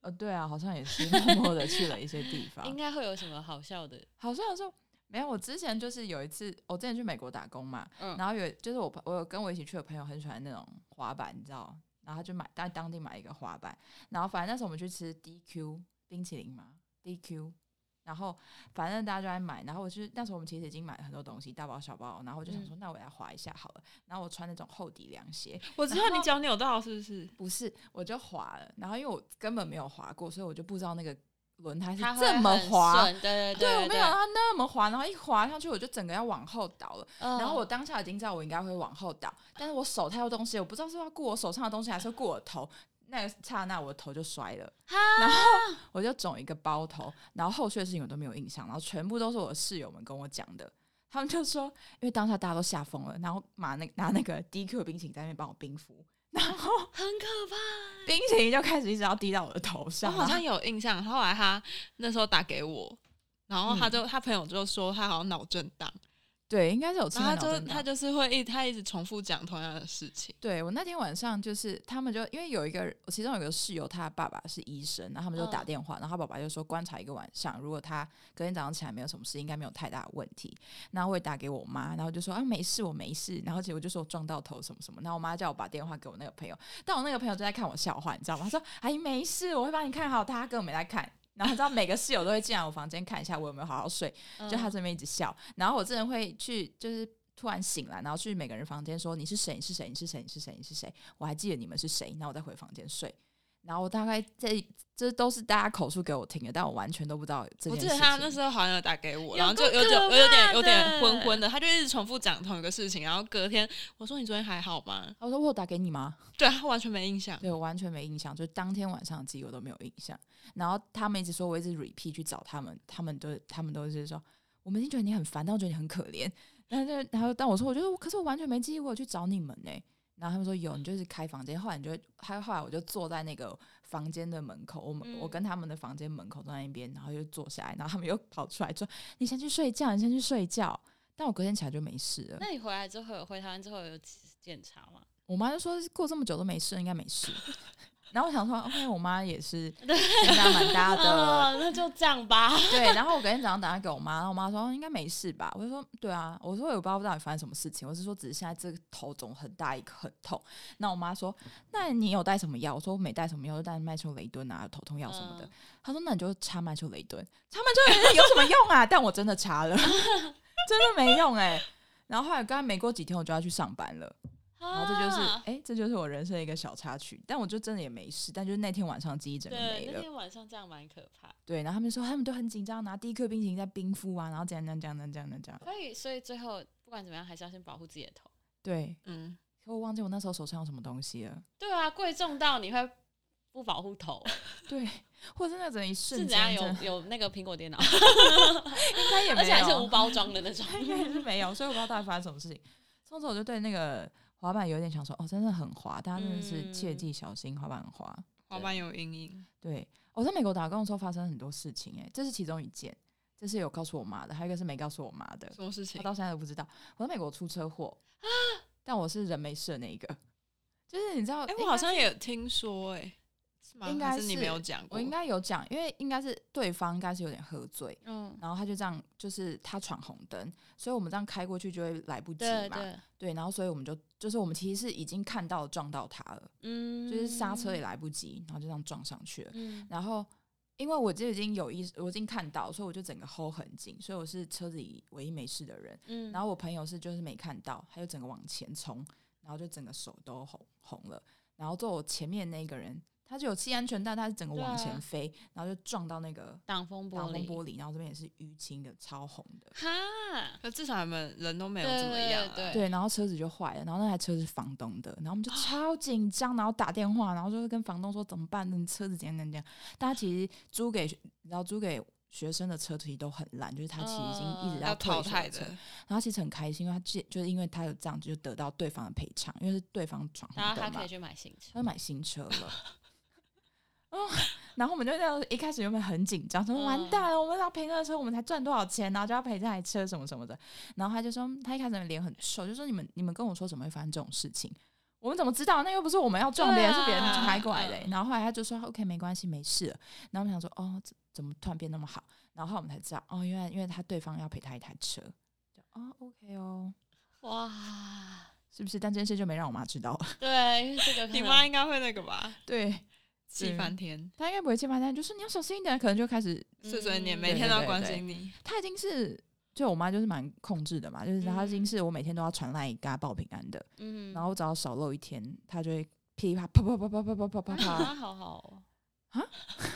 Speaker 3: 呃，对啊，好像也是 默默的去了一些地方
Speaker 2: 应，该会有什么好笑的？
Speaker 3: 好像是没有。我之前就是有一次，我之前去美国打工嘛，
Speaker 2: 嗯
Speaker 3: 然后有就是我朋我有跟我一起去的朋友很喜欢那种滑板，你知道，然后他就买在当地买一个滑板，然后反正那时候我们去吃 DQ 冰淇淋嘛，DQ。然后反正大家就在买，然后我就是那时候我们其实已经买了很多东西，大包小包，然后我
Speaker 2: 嗯
Speaker 3: 就想说，那我来滑一下好了。然后我穿那种厚底凉鞋，
Speaker 1: 我知道你脚扭到是不是？
Speaker 3: 不是，我就滑了，然后因为我根本没有滑过，所以我就不知道那个轮胎是
Speaker 2: 他
Speaker 3: 这么滑。
Speaker 2: 对对
Speaker 3: 对，我
Speaker 2: 对
Speaker 3: 没有想到啊它那么滑，然后一滑上去我就整个要往后倒了。
Speaker 2: 嗯
Speaker 3: 然后我当下已经知道我应该会往后倒，但是我手太多东西，我不知道是要顾我手上的东西还是顾我头。那个刹那，我的头就摔了，然后我就肿一个包头，然后后续的事情我都没有印象，然后全部都是我的室友们跟我讲的。他们就说，因为当下大家都吓疯了，然后拿那拿那个 DQ 冰淇淋在那边帮我冰敷，然后
Speaker 2: 很可怕，
Speaker 3: 冰淇淋就开始一直要滴到我的头
Speaker 1: 我
Speaker 3: 上，啊
Speaker 1: 好像有印象。后来他那时候打给我，然后他就、他朋友就说他好像脑震荡，
Speaker 3: 对，应该是有吃
Speaker 1: 然后他
Speaker 3: 到
Speaker 1: 就他就是会一他一直重复讲同样的事情。
Speaker 3: 对我那天晚上就是他们就因为有一个我其中有一个室友，他爸爸是医生，然后他们就打
Speaker 2: 嗯
Speaker 3: 电话，然后他爸爸就说观察一个晚上，如果他隔天早上起来没有什么事，应该没有太大的问题。然后我也打给我妈，然后就说啊没事，我没事。然后结果就说我撞到头什么什么，然后我妈叫我把电话给我那个朋友，但我那个朋友就在看我笑话，你知道吗？他说哎没事，我会帮你看好他，根本没在看。然后你知道每个室友都会进来我房间看一下我有没有好好睡，
Speaker 1: 嗯
Speaker 3: 就
Speaker 2: 嗯
Speaker 3: 他这边一直笑，然后我真的会去就是。突然醒来，然后去每个人房间说你是谁？你是谁？你是谁？你是谁？你是谁？我还记得你们是谁，然后我再回房间睡。然后我大概这这都是大家口述给我听的，但我完全都不知道这
Speaker 1: 我
Speaker 3: 件
Speaker 1: 记
Speaker 3: 事
Speaker 1: 得
Speaker 3: 情。
Speaker 1: 他那时候好像有打给我，
Speaker 2: 有
Speaker 1: 然后就
Speaker 2: 够
Speaker 1: 有点
Speaker 2: 可怕
Speaker 1: 有点有
Speaker 2: 的
Speaker 1: 点昏昏的，他就一直重复讲同一个事情。然后隔天我说你昨天还好吗？
Speaker 3: 啊我说我有打给你吗？
Speaker 1: 对啊他完全没印象。
Speaker 3: 对我完全没印象，就是当天晚上的记忆我都没有印象。然后他们一直说，我一直 repeat 去找他们，他们都他们都是说，我们已经觉得你很烦，但我觉得你很可怜。然后就然后但我说，我觉得我可是我完全没记忆，我有去找你们呢、然后他们说有，你就是开房间。后来你就会，还后来我就坐在那个房间的门口，我们、我
Speaker 2: 嗯
Speaker 3: 跟他们的房间门口坐在那边，然后就坐下来，然后他们又跑出来说：“你先去睡觉，你先去睡觉。”但我隔天起来就没事了。
Speaker 2: 那你回来之后有回台湾之后有检查吗？
Speaker 3: 我妈就说过这么久都没事，应该没事。 然后我想说，OK，我妈也是
Speaker 2: 对
Speaker 3: 心脏蛮大的，
Speaker 2: 哦，那就这样吧。
Speaker 3: 对，然后我隔天早上打电话给我妈，然后我妈说哦应该没事吧，我就说对啊，我说我也不知道到底发生什么事情，我是说只是现在这个头肿很大一个很痛。那我妈说那你有带什么药？我说我没带什么药，就带麦秋雷敦啊、头痛药什么的。
Speaker 2: 嗯
Speaker 3: 她说那你就擦麦秋雷敦，擦麦秋雷敦有什么用啊？ 但我真的擦了，真的没用哎、然后后来刚才没过几天我就要去上班了， 然后这就是哎
Speaker 2: 啊、
Speaker 3: 这就是我人生的一个小插曲，但我就真的也没事，但就是那天晚上记忆整个没
Speaker 2: 对，
Speaker 3: 了
Speaker 2: 那。天晚上这样蛮可怕。
Speaker 3: 对，然后他们说他们都很紧张，拿第一颗冰淇淋在冰敷啊，然后怎样怎样怎样怎样怎样怎样。
Speaker 2: 所以，所以最后不管怎么样，还是要先保护自己的头。
Speaker 3: 对，
Speaker 1: 嗯，
Speaker 3: 可我忘记我那时候手上有什么东西了。
Speaker 2: 对啊，贵重到你会不保护头，
Speaker 3: 对，或者那整一
Speaker 2: 是
Speaker 3: 瞬
Speaker 2: 怎样
Speaker 3: 间真
Speaker 2: 有
Speaker 3: 的，
Speaker 2: 有那个苹果 电脑，
Speaker 3: 应该也
Speaker 2: 而
Speaker 3: 没
Speaker 2: 且还是无
Speaker 3: 有，
Speaker 2: 包装的那 种。
Speaker 3: 应该是没有，所以我不知道到底发生什么事情。从此我就对那个滑板有点想说，哦，真的很滑，大家真的是切
Speaker 2: 嗯
Speaker 3: 记小心，滑板很滑。
Speaker 1: 滑板有阴影，
Speaker 3: 对，我在美国打工的时候发生很多事情、欸，这是其中一件，这是有告诉我妈的，还有一个是没告诉我妈的，
Speaker 1: 什么事情
Speaker 3: 我？到现在都不知道。我在美国出车祸
Speaker 1: 啊
Speaker 3: 但我是人没事的那一个，就是你知道，
Speaker 1: 哎、
Speaker 3: 应
Speaker 1: 我好
Speaker 3: 该
Speaker 1: 像也听说、哎，是吗？
Speaker 3: 应该
Speaker 1: 还是你
Speaker 3: 是
Speaker 1: 没有讲过，
Speaker 3: 我应该有讲，因为应该是对方应该是有点喝醉，
Speaker 2: 嗯，
Speaker 3: 然后他就这样，就是他闯红灯，所以我们这样开过去就会来不及
Speaker 2: 对
Speaker 3: 嘛，
Speaker 2: 对，
Speaker 3: 对然后所以我们就就是我们其实是已经看到撞到他了，
Speaker 2: 嗯，
Speaker 3: 就是刹车也来不及，然后就这样撞上去了，
Speaker 2: 嗯，
Speaker 3: 然后。因为我就已经有意识，我已经看到，所以我就整个 hold 很紧，所以我是车子里唯一没事的人。
Speaker 2: 嗯
Speaker 3: 然
Speaker 2: 后
Speaker 3: 后我朋友是就是没看到，他就整个往前冲，然后就整个手都红红了。然后坐我前面那个人，他就有系安全带，他是整个
Speaker 2: 对
Speaker 3: 往
Speaker 2: 啊
Speaker 3: 前飞，然后就撞到那个
Speaker 2: 挡风
Speaker 3: 挡
Speaker 2: 玻
Speaker 3: 风
Speaker 2: 璃，
Speaker 3: 玻璃，然后这边也是淤青的，超红的。
Speaker 2: 哈，
Speaker 1: 可至少你们人都没有怎么样、啊，
Speaker 2: 对对啊
Speaker 3: 对，然后车子就坏了，然后那台车是房东的，然后我们就超紧张，然后打电话，然后就是跟房东说怎么办，那车子怎样怎样怎样。但他其实租给，然后租给学生的车其实都很烂，就是他其实已经一直
Speaker 2: 嗯
Speaker 3: 在
Speaker 1: 要
Speaker 3: 退
Speaker 1: 淘
Speaker 3: 休
Speaker 1: 汰
Speaker 3: 车
Speaker 1: 的，
Speaker 3: 然后其实很开心，因为他借就是因为他有这样子就得到对方的赔偿，因为是对方闯
Speaker 2: 然
Speaker 3: 红
Speaker 2: 后他可
Speaker 3: 灯嘛
Speaker 2: 以，去买新车。
Speaker 3: 他就买新车了。嗯，然后我们就这样，一开始原本很紧张，说
Speaker 2: 嗯
Speaker 3: 完蛋了，我们要赔那个车，我们才赚多少钱，然后就要赔这台车什么什么的。然后他就说，他一开始脸很臭，就说你们你们跟我说怎么会发生这种事情？我们怎么知道？那又不是我们要撞别人，
Speaker 2: 对啊
Speaker 3: 是别人开过来的、欸
Speaker 2: 嗯
Speaker 3: 然后后来他就说，OK，没关系，没事了。然后我们想说，哦，怎怎么突然变那么好？然后后来我们才知道，哦，因为因为他对方要赔他一台车，就哦，OK 哦，
Speaker 2: 哇，
Speaker 3: 是不是？但这件事就没让我妈知道了。
Speaker 2: 对，因为这个可
Speaker 1: 你
Speaker 2: 能
Speaker 1: 妈应该会那个吧，
Speaker 3: 对
Speaker 1: 气翻天，
Speaker 3: 他应该不会气翻，但就是你要小心一点，可能就开始
Speaker 1: 碎碎念，
Speaker 2: 嗯
Speaker 1: 每天都要关心你，
Speaker 3: 他已经是，就我妈就是蛮控制的嘛，就是她已经是我每天都要传来给她报平安的，
Speaker 2: 嗯，
Speaker 3: 然后只要少漏一天，她就会噼里啪啪啪啪啪啪啪啪啪
Speaker 2: 啊你妈
Speaker 3: 啪，
Speaker 2: 好好哦。
Speaker 3: 啊？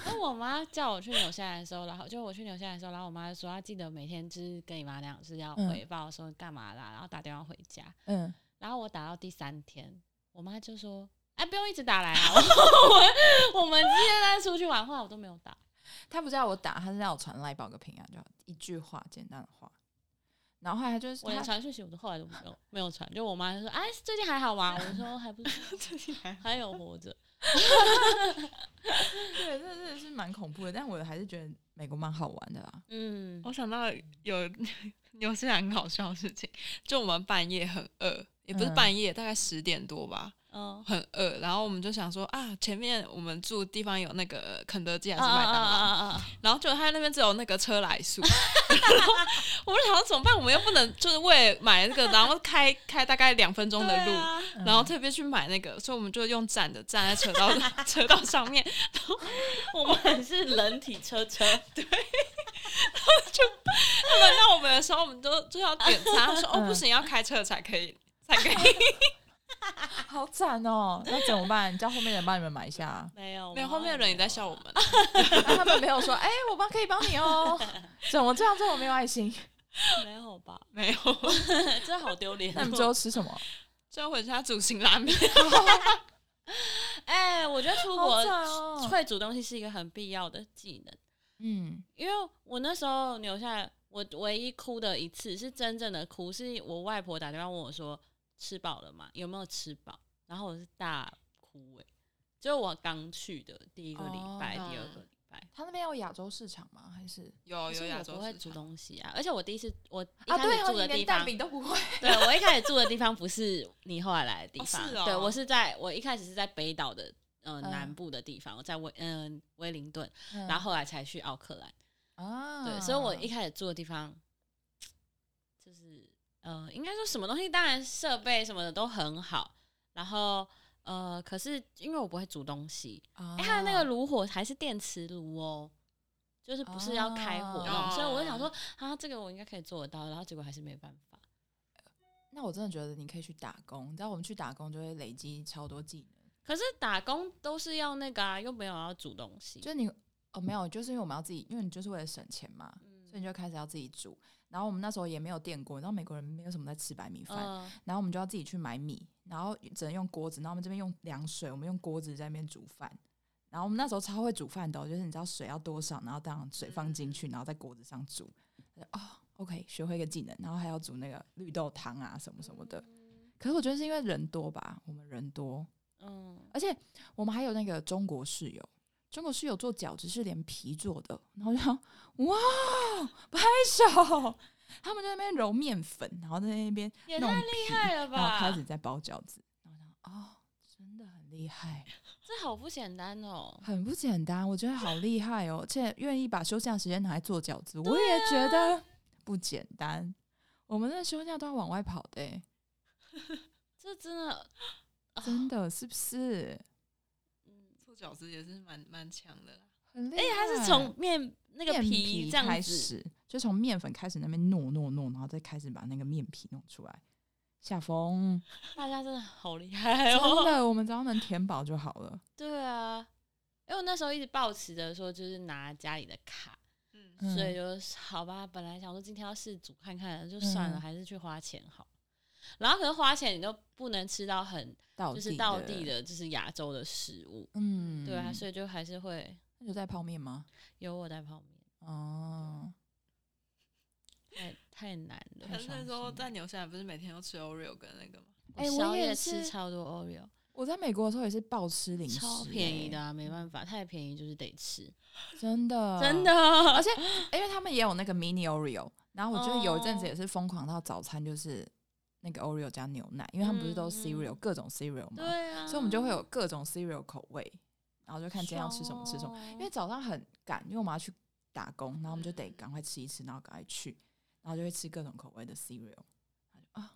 Speaker 2: 那我 妈叫我去纽西兰的时候，然后就我去纽西兰的时候，然后我妈就说要记得每天就是跟你妈那样，是要
Speaker 3: 嗯
Speaker 2: 汇报说干嘛啦，然后打电话回家。
Speaker 3: 嗯，
Speaker 2: 然后我打到第三天，我妈就说：“哎，不用一直打来 啊，我我我们之前在出去玩，后来我都没有打。
Speaker 3: 她不是要我打，她是要我传来报个平安，就好一句话简单的话。然后后来她就是
Speaker 2: 我连
Speaker 3: 她
Speaker 2: 传讯息我都后来都没有没有传，就我妈就说：‘哎，最近还好吗？’我说：‘还不错，
Speaker 1: 最近还
Speaker 2: 还有活着。
Speaker 3: 对，这真的是蛮恐怖的，但我还是觉得美国蛮好玩的啦’。
Speaker 2: 嗯，
Speaker 1: 我想到有有些很好笑的事情，就我们半夜很饿，也不是
Speaker 3: 嗯
Speaker 1: 半夜，大概十点多吧，
Speaker 2: 嗯，
Speaker 1: 很饿，然后我们就想说啊，前面我们住的地方有那个肯德基还
Speaker 2: 啊
Speaker 1: 是麦当劳，
Speaker 2: 啊啊！
Speaker 1: 然后就他那边只有那个车来速，然后我就想说怎么办？我们又不能就是为了买那个，然后开开大概两分钟的路。
Speaker 2: 啊
Speaker 1: 然后特别去买那个，所以我们就用站的站在车道车道上面，
Speaker 2: 我们是人体车 车，
Speaker 1: 他们让我们的时候，我们都就要点餐，他说哦不行，要开车才可以才可以。
Speaker 3: 好惨哦，那怎么办？叫后面人帮你们买一下、
Speaker 2: 没有
Speaker 1: 没有后面的人也在笑我们，
Speaker 3: 那他们没有说，哎、我帮可以帮你哦，怎么这样这么没有爱心？
Speaker 2: 没有吧？
Speaker 1: 没有，
Speaker 2: 真好丢脸。哦
Speaker 3: 那你们最后吃什么？
Speaker 1: 就回家煮辛拉面，
Speaker 2: 哎，我觉 得出国
Speaker 3: 惨哦
Speaker 2: 会煮东西是一个很必要的技能。
Speaker 3: 嗯
Speaker 2: 因为我那时候留下来，我唯一哭的一次是真正的哭，是我外婆打电话问我说：“吃饱了吗？有没有吃饱？”然后我是大哭哎、就是我刚去的第一个礼拜、
Speaker 1: 哦
Speaker 2: 第二个礼拜，
Speaker 3: 他那边有亚洲市场吗？还是
Speaker 1: 有
Speaker 2: 可是
Speaker 1: 有亚洲
Speaker 2: 我不会
Speaker 1: 市
Speaker 2: 煮
Speaker 1: 场
Speaker 2: 东西啊，而且我第一次我一
Speaker 3: 啊？
Speaker 2: 开
Speaker 3: 对
Speaker 2: 始
Speaker 3: 哦，
Speaker 2: 住
Speaker 3: 你
Speaker 2: 的
Speaker 3: 连
Speaker 2: 地
Speaker 3: 蛋
Speaker 2: 方，
Speaker 3: 饼都不会。
Speaker 2: 对我一开始住的地方不是你后来来的地
Speaker 1: 哦
Speaker 2: 方，
Speaker 1: 是哦
Speaker 2: 对我是在我一开始是在北岛的呃
Speaker 3: 嗯
Speaker 2: 南部的地方，我在威嗯、威灵顿，
Speaker 3: 嗯
Speaker 2: 然后后来才去奥克兰，
Speaker 3: 啊，
Speaker 1: 嗯
Speaker 2: 对，所以我一开始住的地方就是呃，应该说什么东西，当然设备什么的都很好，然后呃，可是因为我不会煮东西，
Speaker 3: 啊
Speaker 2: 哎、它的那
Speaker 1: 嗯
Speaker 2: 个炉火还是电磁炉哦，就是不是要开火那种，所以我
Speaker 1: 哦
Speaker 2: 就想说啊，这个我应该可以做得到，然后结果还是没办法。
Speaker 3: 那我真的觉得你可以去打工，你知道我们去打工就会累积超多技能，
Speaker 2: 可是打工都是要那个啊，又没有要煮东西，
Speaker 3: 就是你哦没有，就是因为我们要自己，因为你就是为了省钱嘛，
Speaker 2: 嗯
Speaker 3: 所以你就开始要自己煮。然后我们那时候也没有电锅，然后美国人没有什么在吃白米饭，
Speaker 2: 嗯、
Speaker 3: 然后我们就要自己去买米，然后只能用锅子，然后我们这边用凉水，我们用锅子在那边煮饭。然后我们那时候超会煮饭的哦、就是你知道水要多少，然后当水放进去，然后在锅子上煮。哦，OK，学会一个技能，然后还要煮那个绿豆汤啊什么什么的。可是我觉得是因为人多吧，我们人多，
Speaker 2: 嗯，
Speaker 3: 而且我们还有那个中国室友，中国室友做饺子是连皮做的，然后就想哇，拍手， 他们在那边揉面粉，然后在那边
Speaker 2: 也
Speaker 3: 弄
Speaker 2: 太厉
Speaker 3: 皮
Speaker 2: 害了
Speaker 3: 然后开
Speaker 2: 吧！
Speaker 3: 始在包饺子，然后想哦，真的很厉害，
Speaker 2: 这好不简单哦。
Speaker 3: 很不简单，我觉得好厉害哦，而且愿意把休假时间拿来做饺子，我也觉得不简单。我们那休假都要往外跑的欸、
Speaker 2: 这真的，
Speaker 3: 真的是不是
Speaker 2: 嗯，
Speaker 1: 做饺子也是蛮蛮强的啦。
Speaker 3: 很厉
Speaker 2: 而
Speaker 3: 害？
Speaker 2: 且它是从面那个
Speaker 3: 面
Speaker 2: 皮这
Speaker 3: 开
Speaker 2: 样子，
Speaker 3: 始，就从面粉开始那边弄弄弄，然后再开始把那个面皮弄出来。夏风，
Speaker 2: 大家真的好厉害
Speaker 3: 真
Speaker 2: 哦。
Speaker 3: 的，我们只要能填饱就好 了。
Speaker 2: 对啊，因为我那时候一直抱持着说，就是拿家里的卡，
Speaker 1: 嗯，
Speaker 3: 嗯
Speaker 2: 所以就是好吧，本来想说今天要试煮看看，就算了，
Speaker 3: 嗯
Speaker 2: 还是去花钱好。然后可是花钱你都不能吃到很
Speaker 3: 到
Speaker 2: 就是道地，的，就是亚洲的食物，
Speaker 3: 嗯，
Speaker 2: 对啊，所以就还是会
Speaker 3: 那就带泡面吗？
Speaker 2: 有我在泡面，
Speaker 3: 哦，
Speaker 2: 太太难了。
Speaker 1: 可是那时
Speaker 3: 伤
Speaker 1: 候
Speaker 3: 心
Speaker 1: 在纽西兰不是每天都吃 Oreo 跟那个吗？
Speaker 3: 哎我
Speaker 2: 宵
Speaker 3: 也
Speaker 2: 夜吃
Speaker 3: 是
Speaker 2: 超多 Oreo，
Speaker 3: 我在美国的时候也是暴吃零食、嗯
Speaker 2: 超便宜的、啊，没办法，太便宜就是得吃，
Speaker 3: 欸，真的
Speaker 2: 真的。。
Speaker 3: 而且因为他们也有那个 mini Oreo，然后我就是有一阵子
Speaker 2: 哦
Speaker 3: 也是疯狂到早餐就是那个 Oreo 加牛奶，因为他们不是都
Speaker 2: 嗯
Speaker 3: cereal、各种 cereal 嘛，
Speaker 2: 对啊，
Speaker 3: 所以我们就会有各种 cereal 口味，然后就看今天要吃什么吃什么。
Speaker 2: 么，
Speaker 3: 因为早上很赶，因为我们要去打工，然后我们就得赶快吃一吃，然后赶快去，然后就会吃各种口味的 cereal。啊，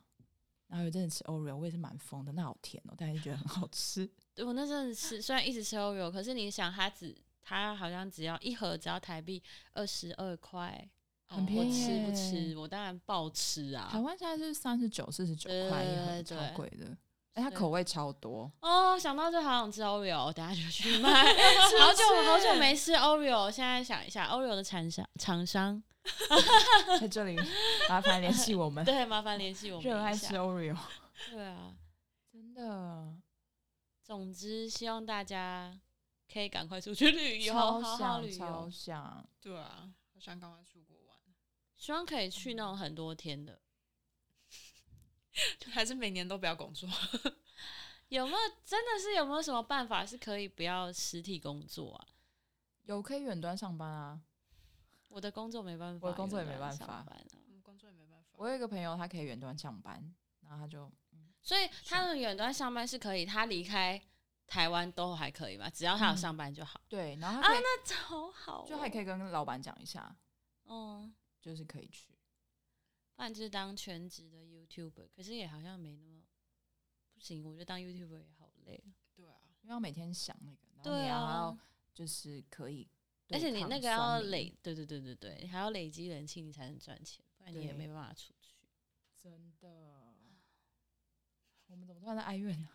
Speaker 3: 然后有一阵子吃 Oreo，我也是蛮疯的，那好甜哦，但是觉得很好吃。
Speaker 2: 对我那阵子吃，虽然一直吃 Oreo，可是你想，它只它好像只要一盒只要台币二十二块，哦
Speaker 3: 很
Speaker 2: 我
Speaker 3: 便宜欸
Speaker 2: 吃不
Speaker 3: 耶
Speaker 2: 吃？我当然暴吃
Speaker 3: 台
Speaker 2: 啊！
Speaker 3: 湾现在是三十九、四十九块一盒，
Speaker 2: 对对
Speaker 3: 超
Speaker 2: 对
Speaker 3: 贵的。哎、它
Speaker 2: 是
Speaker 3: 口味超多，
Speaker 2: 哦，想到就好想吃 Oreo，等下就 去买。好久好久没吃 Oreo，现在想一下 Oreo 的厂商厂商，
Speaker 3: 在这里麻烦联系 我们，
Speaker 2: 对，麻烦联系我们
Speaker 3: 热爱
Speaker 2: 一
Speaker 3: 吃
Speaker 2: 下。
Speaker 3: Oreo，
Speaker 2: 对啊，
Speaker 3: 真的
Speaker 2: 总之希望大家可以赶快出去旅游，
Speaker 3: 超
Speaker 2: 好好
Speaker 3: 想
Speaker 2: 旅
Speaker 3: 超
Speaker 2: 游，
Speaker 3: 想。
Speaker 1: 对啊，好想赶快出国玩，
Speaker 2: 希望可以去那
Speaker 3: 嗯
Speaker 2: 种很多天的。
Speaker 1: 还是每年都不要工作。
Speaker 2: 有没有真的是有没有什么办法是可以不要实体工作啊？
Speaker 3: 有可以远端上班啊！
Speaker 2: 我的工作没办法，
Speaker 3: 我的工作也
Speaker 2: 有的
Speaker 3: 没
Speaker 2: 人
Speaker 3: 办
Speaker 2: 上
Speaker 3: 法
Speaker 2: 班啊
Speaker 1: 我们嗯工作也没办法。
Speaker 3: 我有一个朋友，他可以远端上班，然后他就
Speaker 2: 所以他们远端上班是可以，他离开台湾都还可以嘛，只要他
Speaker 3: 嗯
Speaker 2: 有上班就 好。
Speaker 3: 对，然后他可以、
Speaker 2: 啊那超好哦，
Speaker 3: 就还可以跟老板讲一下，
Speaker 2: 嗯，
Speaker 3: 就是可以去。
Speaker 2: 不然就是当全职的 YouTuber，可是也好像没那么不行。我觉得当 YouTuber 也好累哦，
Speaker 1: 对啊，
Speaker 3: 因为要每天想那个，然后你
Speaker 2: 对
Speaker 3: 也
Speaker 2: 啊
Speaker 3: 要，就是可以对
Speaker 2: 而
Speaker 3: 抗
Speaker 2: 且
Speaker 3: 酸民，
Speaker 2: 你那个要累，对对对对对，你还要累积人气，你才能赚钱，不然你也没
Speaker 3: 对
Speaker 2: 办法出去。
Speaker 3: 真的。我们怎么突然在哀怨呢、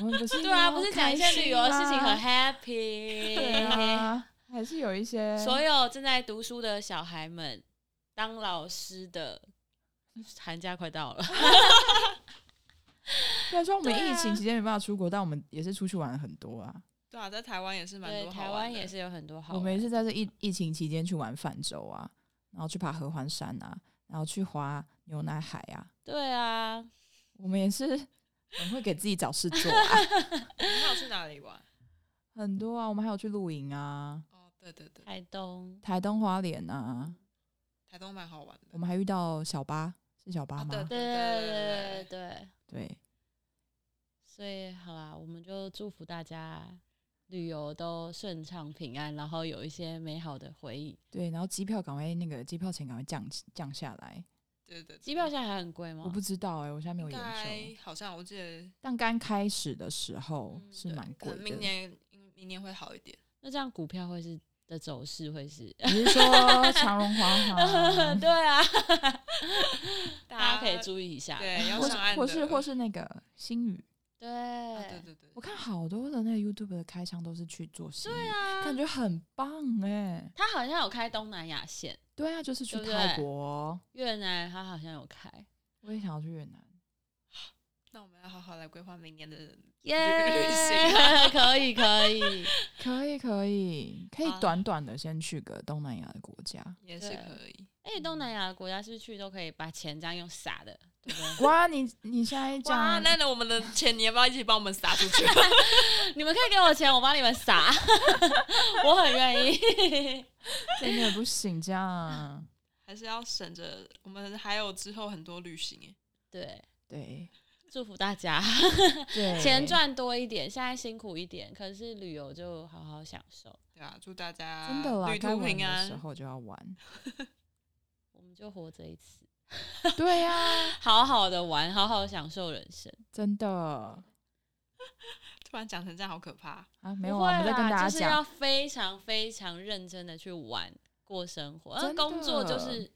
Speaker 3: 我们不是
Speaker 2: 啊 对啊，
Speaker 3: 要
Speaker 2: 不是讲一些
Speaker 3: 开心
Speaker 2: 旅游的事情很
Speaker 3: 吗
Speaker 2: happy，
Speaker 3: 对啊，还是有一些
Speaker 2: 所有正在读书的小孩们，当老师的寒假快到了，
Speaker 3: 虽然说我们
Speaker 2: 对啊
Speaker 3: 疫情期间没办法出国，但我们也是出去玩很多啊。
Speaker 1: 对啊，在台湾也是蛮
Speaker 2: 对，
Speaker 1: 多
Speaker 2: 台
Speaker 1: 好玩
Speaker 2: 湾
Speaker 1: 的。
Speaker 2: 也是有很多好
Speaker 3: 我
Speaker 2: 玩的。
Speaker 3: 们也是在这疫疫情期间去玩泛舟啊，然后去爬合欢山啊，然后去滑牛奶海啊。
Speaker 2: 对啊，
Speaker 3: 我们也是很会给自己找事 做啊，
Speaker 1: 你们还有去哪里玩？
Speaker 3: 很多啊，我们还有去露营啊，
Speaker 1: 哦，对对对，
Speaker 2: 台东
Speaker 3: 台东花莲啊，
Speaker 1: 台东蛮好玩的
Speaker 3: 我。们还遇到小巴，是小巴
Speaker 1: 啊
Speaker 3: 吗？
Speaker 1: 对
Speaker 2: 哦对对对对，
Speaker 3: 对
Speaker 2: 所以好啦，我们就祝福大家旅游都顺畅平安，然后有一些美好的回忆。
Speaker 3: 对然后机票赶快那个机票钱赶快降降下来，
Speaker 1: 对对对，
Speaker 2: 机票现在还很贵吗？
Speaker 3: 我不知道哎、我现在没有
Speaker 1: 应
Speaker 3: 研
Speaker 1: 该
Speaker 3: 究，
Speaker 1: 好像我记得，
Speaker 3: 但刚开始的时候
Speaker 2: 嗯
Speaker 3: 是蛮
Speaker 1: 可
Speaker 3: 贵
Speaker 1: 能明
Speaker 3: 的。
Speaker 1: 年明年会好一点。
Speaker 2: 那这样股票会是的走势会是？
Speaker 3: 你是 说长荣华 航，
Speaker 2: 对 啊，大
Speaker 1: 大
Speaker 2: 家可以注意一下。
Speaker 1: 对， 要
Speaker 3: 或是
Speaker 1: 上岸的，
Speaker 3: 或是或
Speaker 1: 是，
Speaker 3: 是那个星宇？
Speaker 2: 啊对
Speaker 1: 对对对，
Speaker 3: 我看好多的那个 YouTube 的开箱都是去做星宇，
Speaker 2: 对啊，
Speaker 3: 感觉很棒哎、
Speaker 2: 他好像有开东南亚线，
Speaker 3: 对啊，就是去
Speaker 2: 对不
Speaker 3: 泰
Speaker 2: 对
Speaker 3: 国，
Speaker 2: 越南他好像有 开。
Speaker 3: 我也想要去越南。
Speaker 1: 那我们要好好来规划明年的人。
Speaker 2: 耶、
Speaker 1: 行
Speaker 2: 可以可以，
Speaker 3: 可以可以，可以
Speaker 1: 啊
Speaker 3: 短短的先去个东南亚的国家，
Speaker 1: 也是
Speaker 2: 对
Speaker 1: 可以。
Speaker 2: 哎、东南亚的国家是不是去都可以把钱这样用撒的，对不对？
Speaker 3: 哇，你你现在这
Speaker 1: 哇，
Speaker 3: 样，
Speaker 1: 那那我们的钱你要不要一起帮我们撒出去？
Speaker 2: 你们可以给我钱，我帮你们撒， 我很愿意。
Speaker 3: 真的不行这样。
Speaker 1: 还是要省着？我们还有之后很多旅行哎。
Speaker 2: 对，
Speaker 3: 对
Speaker 2: 祝福大家
Speaker 3: 对，
Speaker 2: 钱赚多一点，现在辛苦一点，可是旅游就好好享受，
Speaker 1: 对啊，祝大家
Speaker 3: 真
Speaker 2: 啊
Speaker 3: 的啦，
Speaker 1: 旅
Speaker 3: 该
Speaker 1: 途
Speaker 3: 玩
Speaker 1: 平
Speaker 3: 的时
Speaker 1: 安。
Speaker 3: 候就 要玩。
Speaker 2: 我们就活这一次，
Speaker 3: 对呀、
Speaker 2: 好好的玩，好好享受人生。
Speaker 3: 真的啊，
Speaker 1: 突然讲成这样，好可怕。
Speaker 3: 没有
Speaker 2: 不会
Speaker 3: 啊，
Speaker 2: 啦，
Speaker 3: 我们在跟大家
Speaker 2: 就是
Speaker 3: 讲，
Speaker 2: 要非常非常认真的去玩过生活，而
Speaker 3: 真的
Speaker 2: 工作就是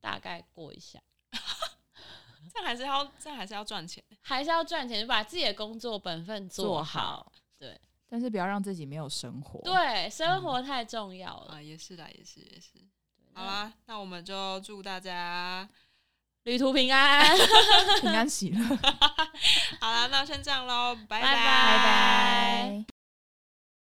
Speaker 2: 大概过一下，
Speaker 1: 这样还是要，这样还是要赚钱。
Speaker 2: 还是要赚钱，把自己的工作本分
Speaker 3: 做
Speaker 2: 做
Speaker 3: 好
Speaker 2: 好。
Speaker 3: 但是不要让自己没有生活。，
Speaker 2: 对，
Speaker 3: 嗯
Speaker 2: 生活太重要了。
Speaker 1: 啊，也是啦，也是也是。
Speaker 2: 哦那
Speaker 1: 好啦，那我们就祝大家
Speaker 2: 旅途平安，
Speaker 3: 平安喜乐。
Speaker 1: 好啦，那先这样喽，拜
Speaker 2: 拜
Speaker 1: 拜
Speaker 2: 拜。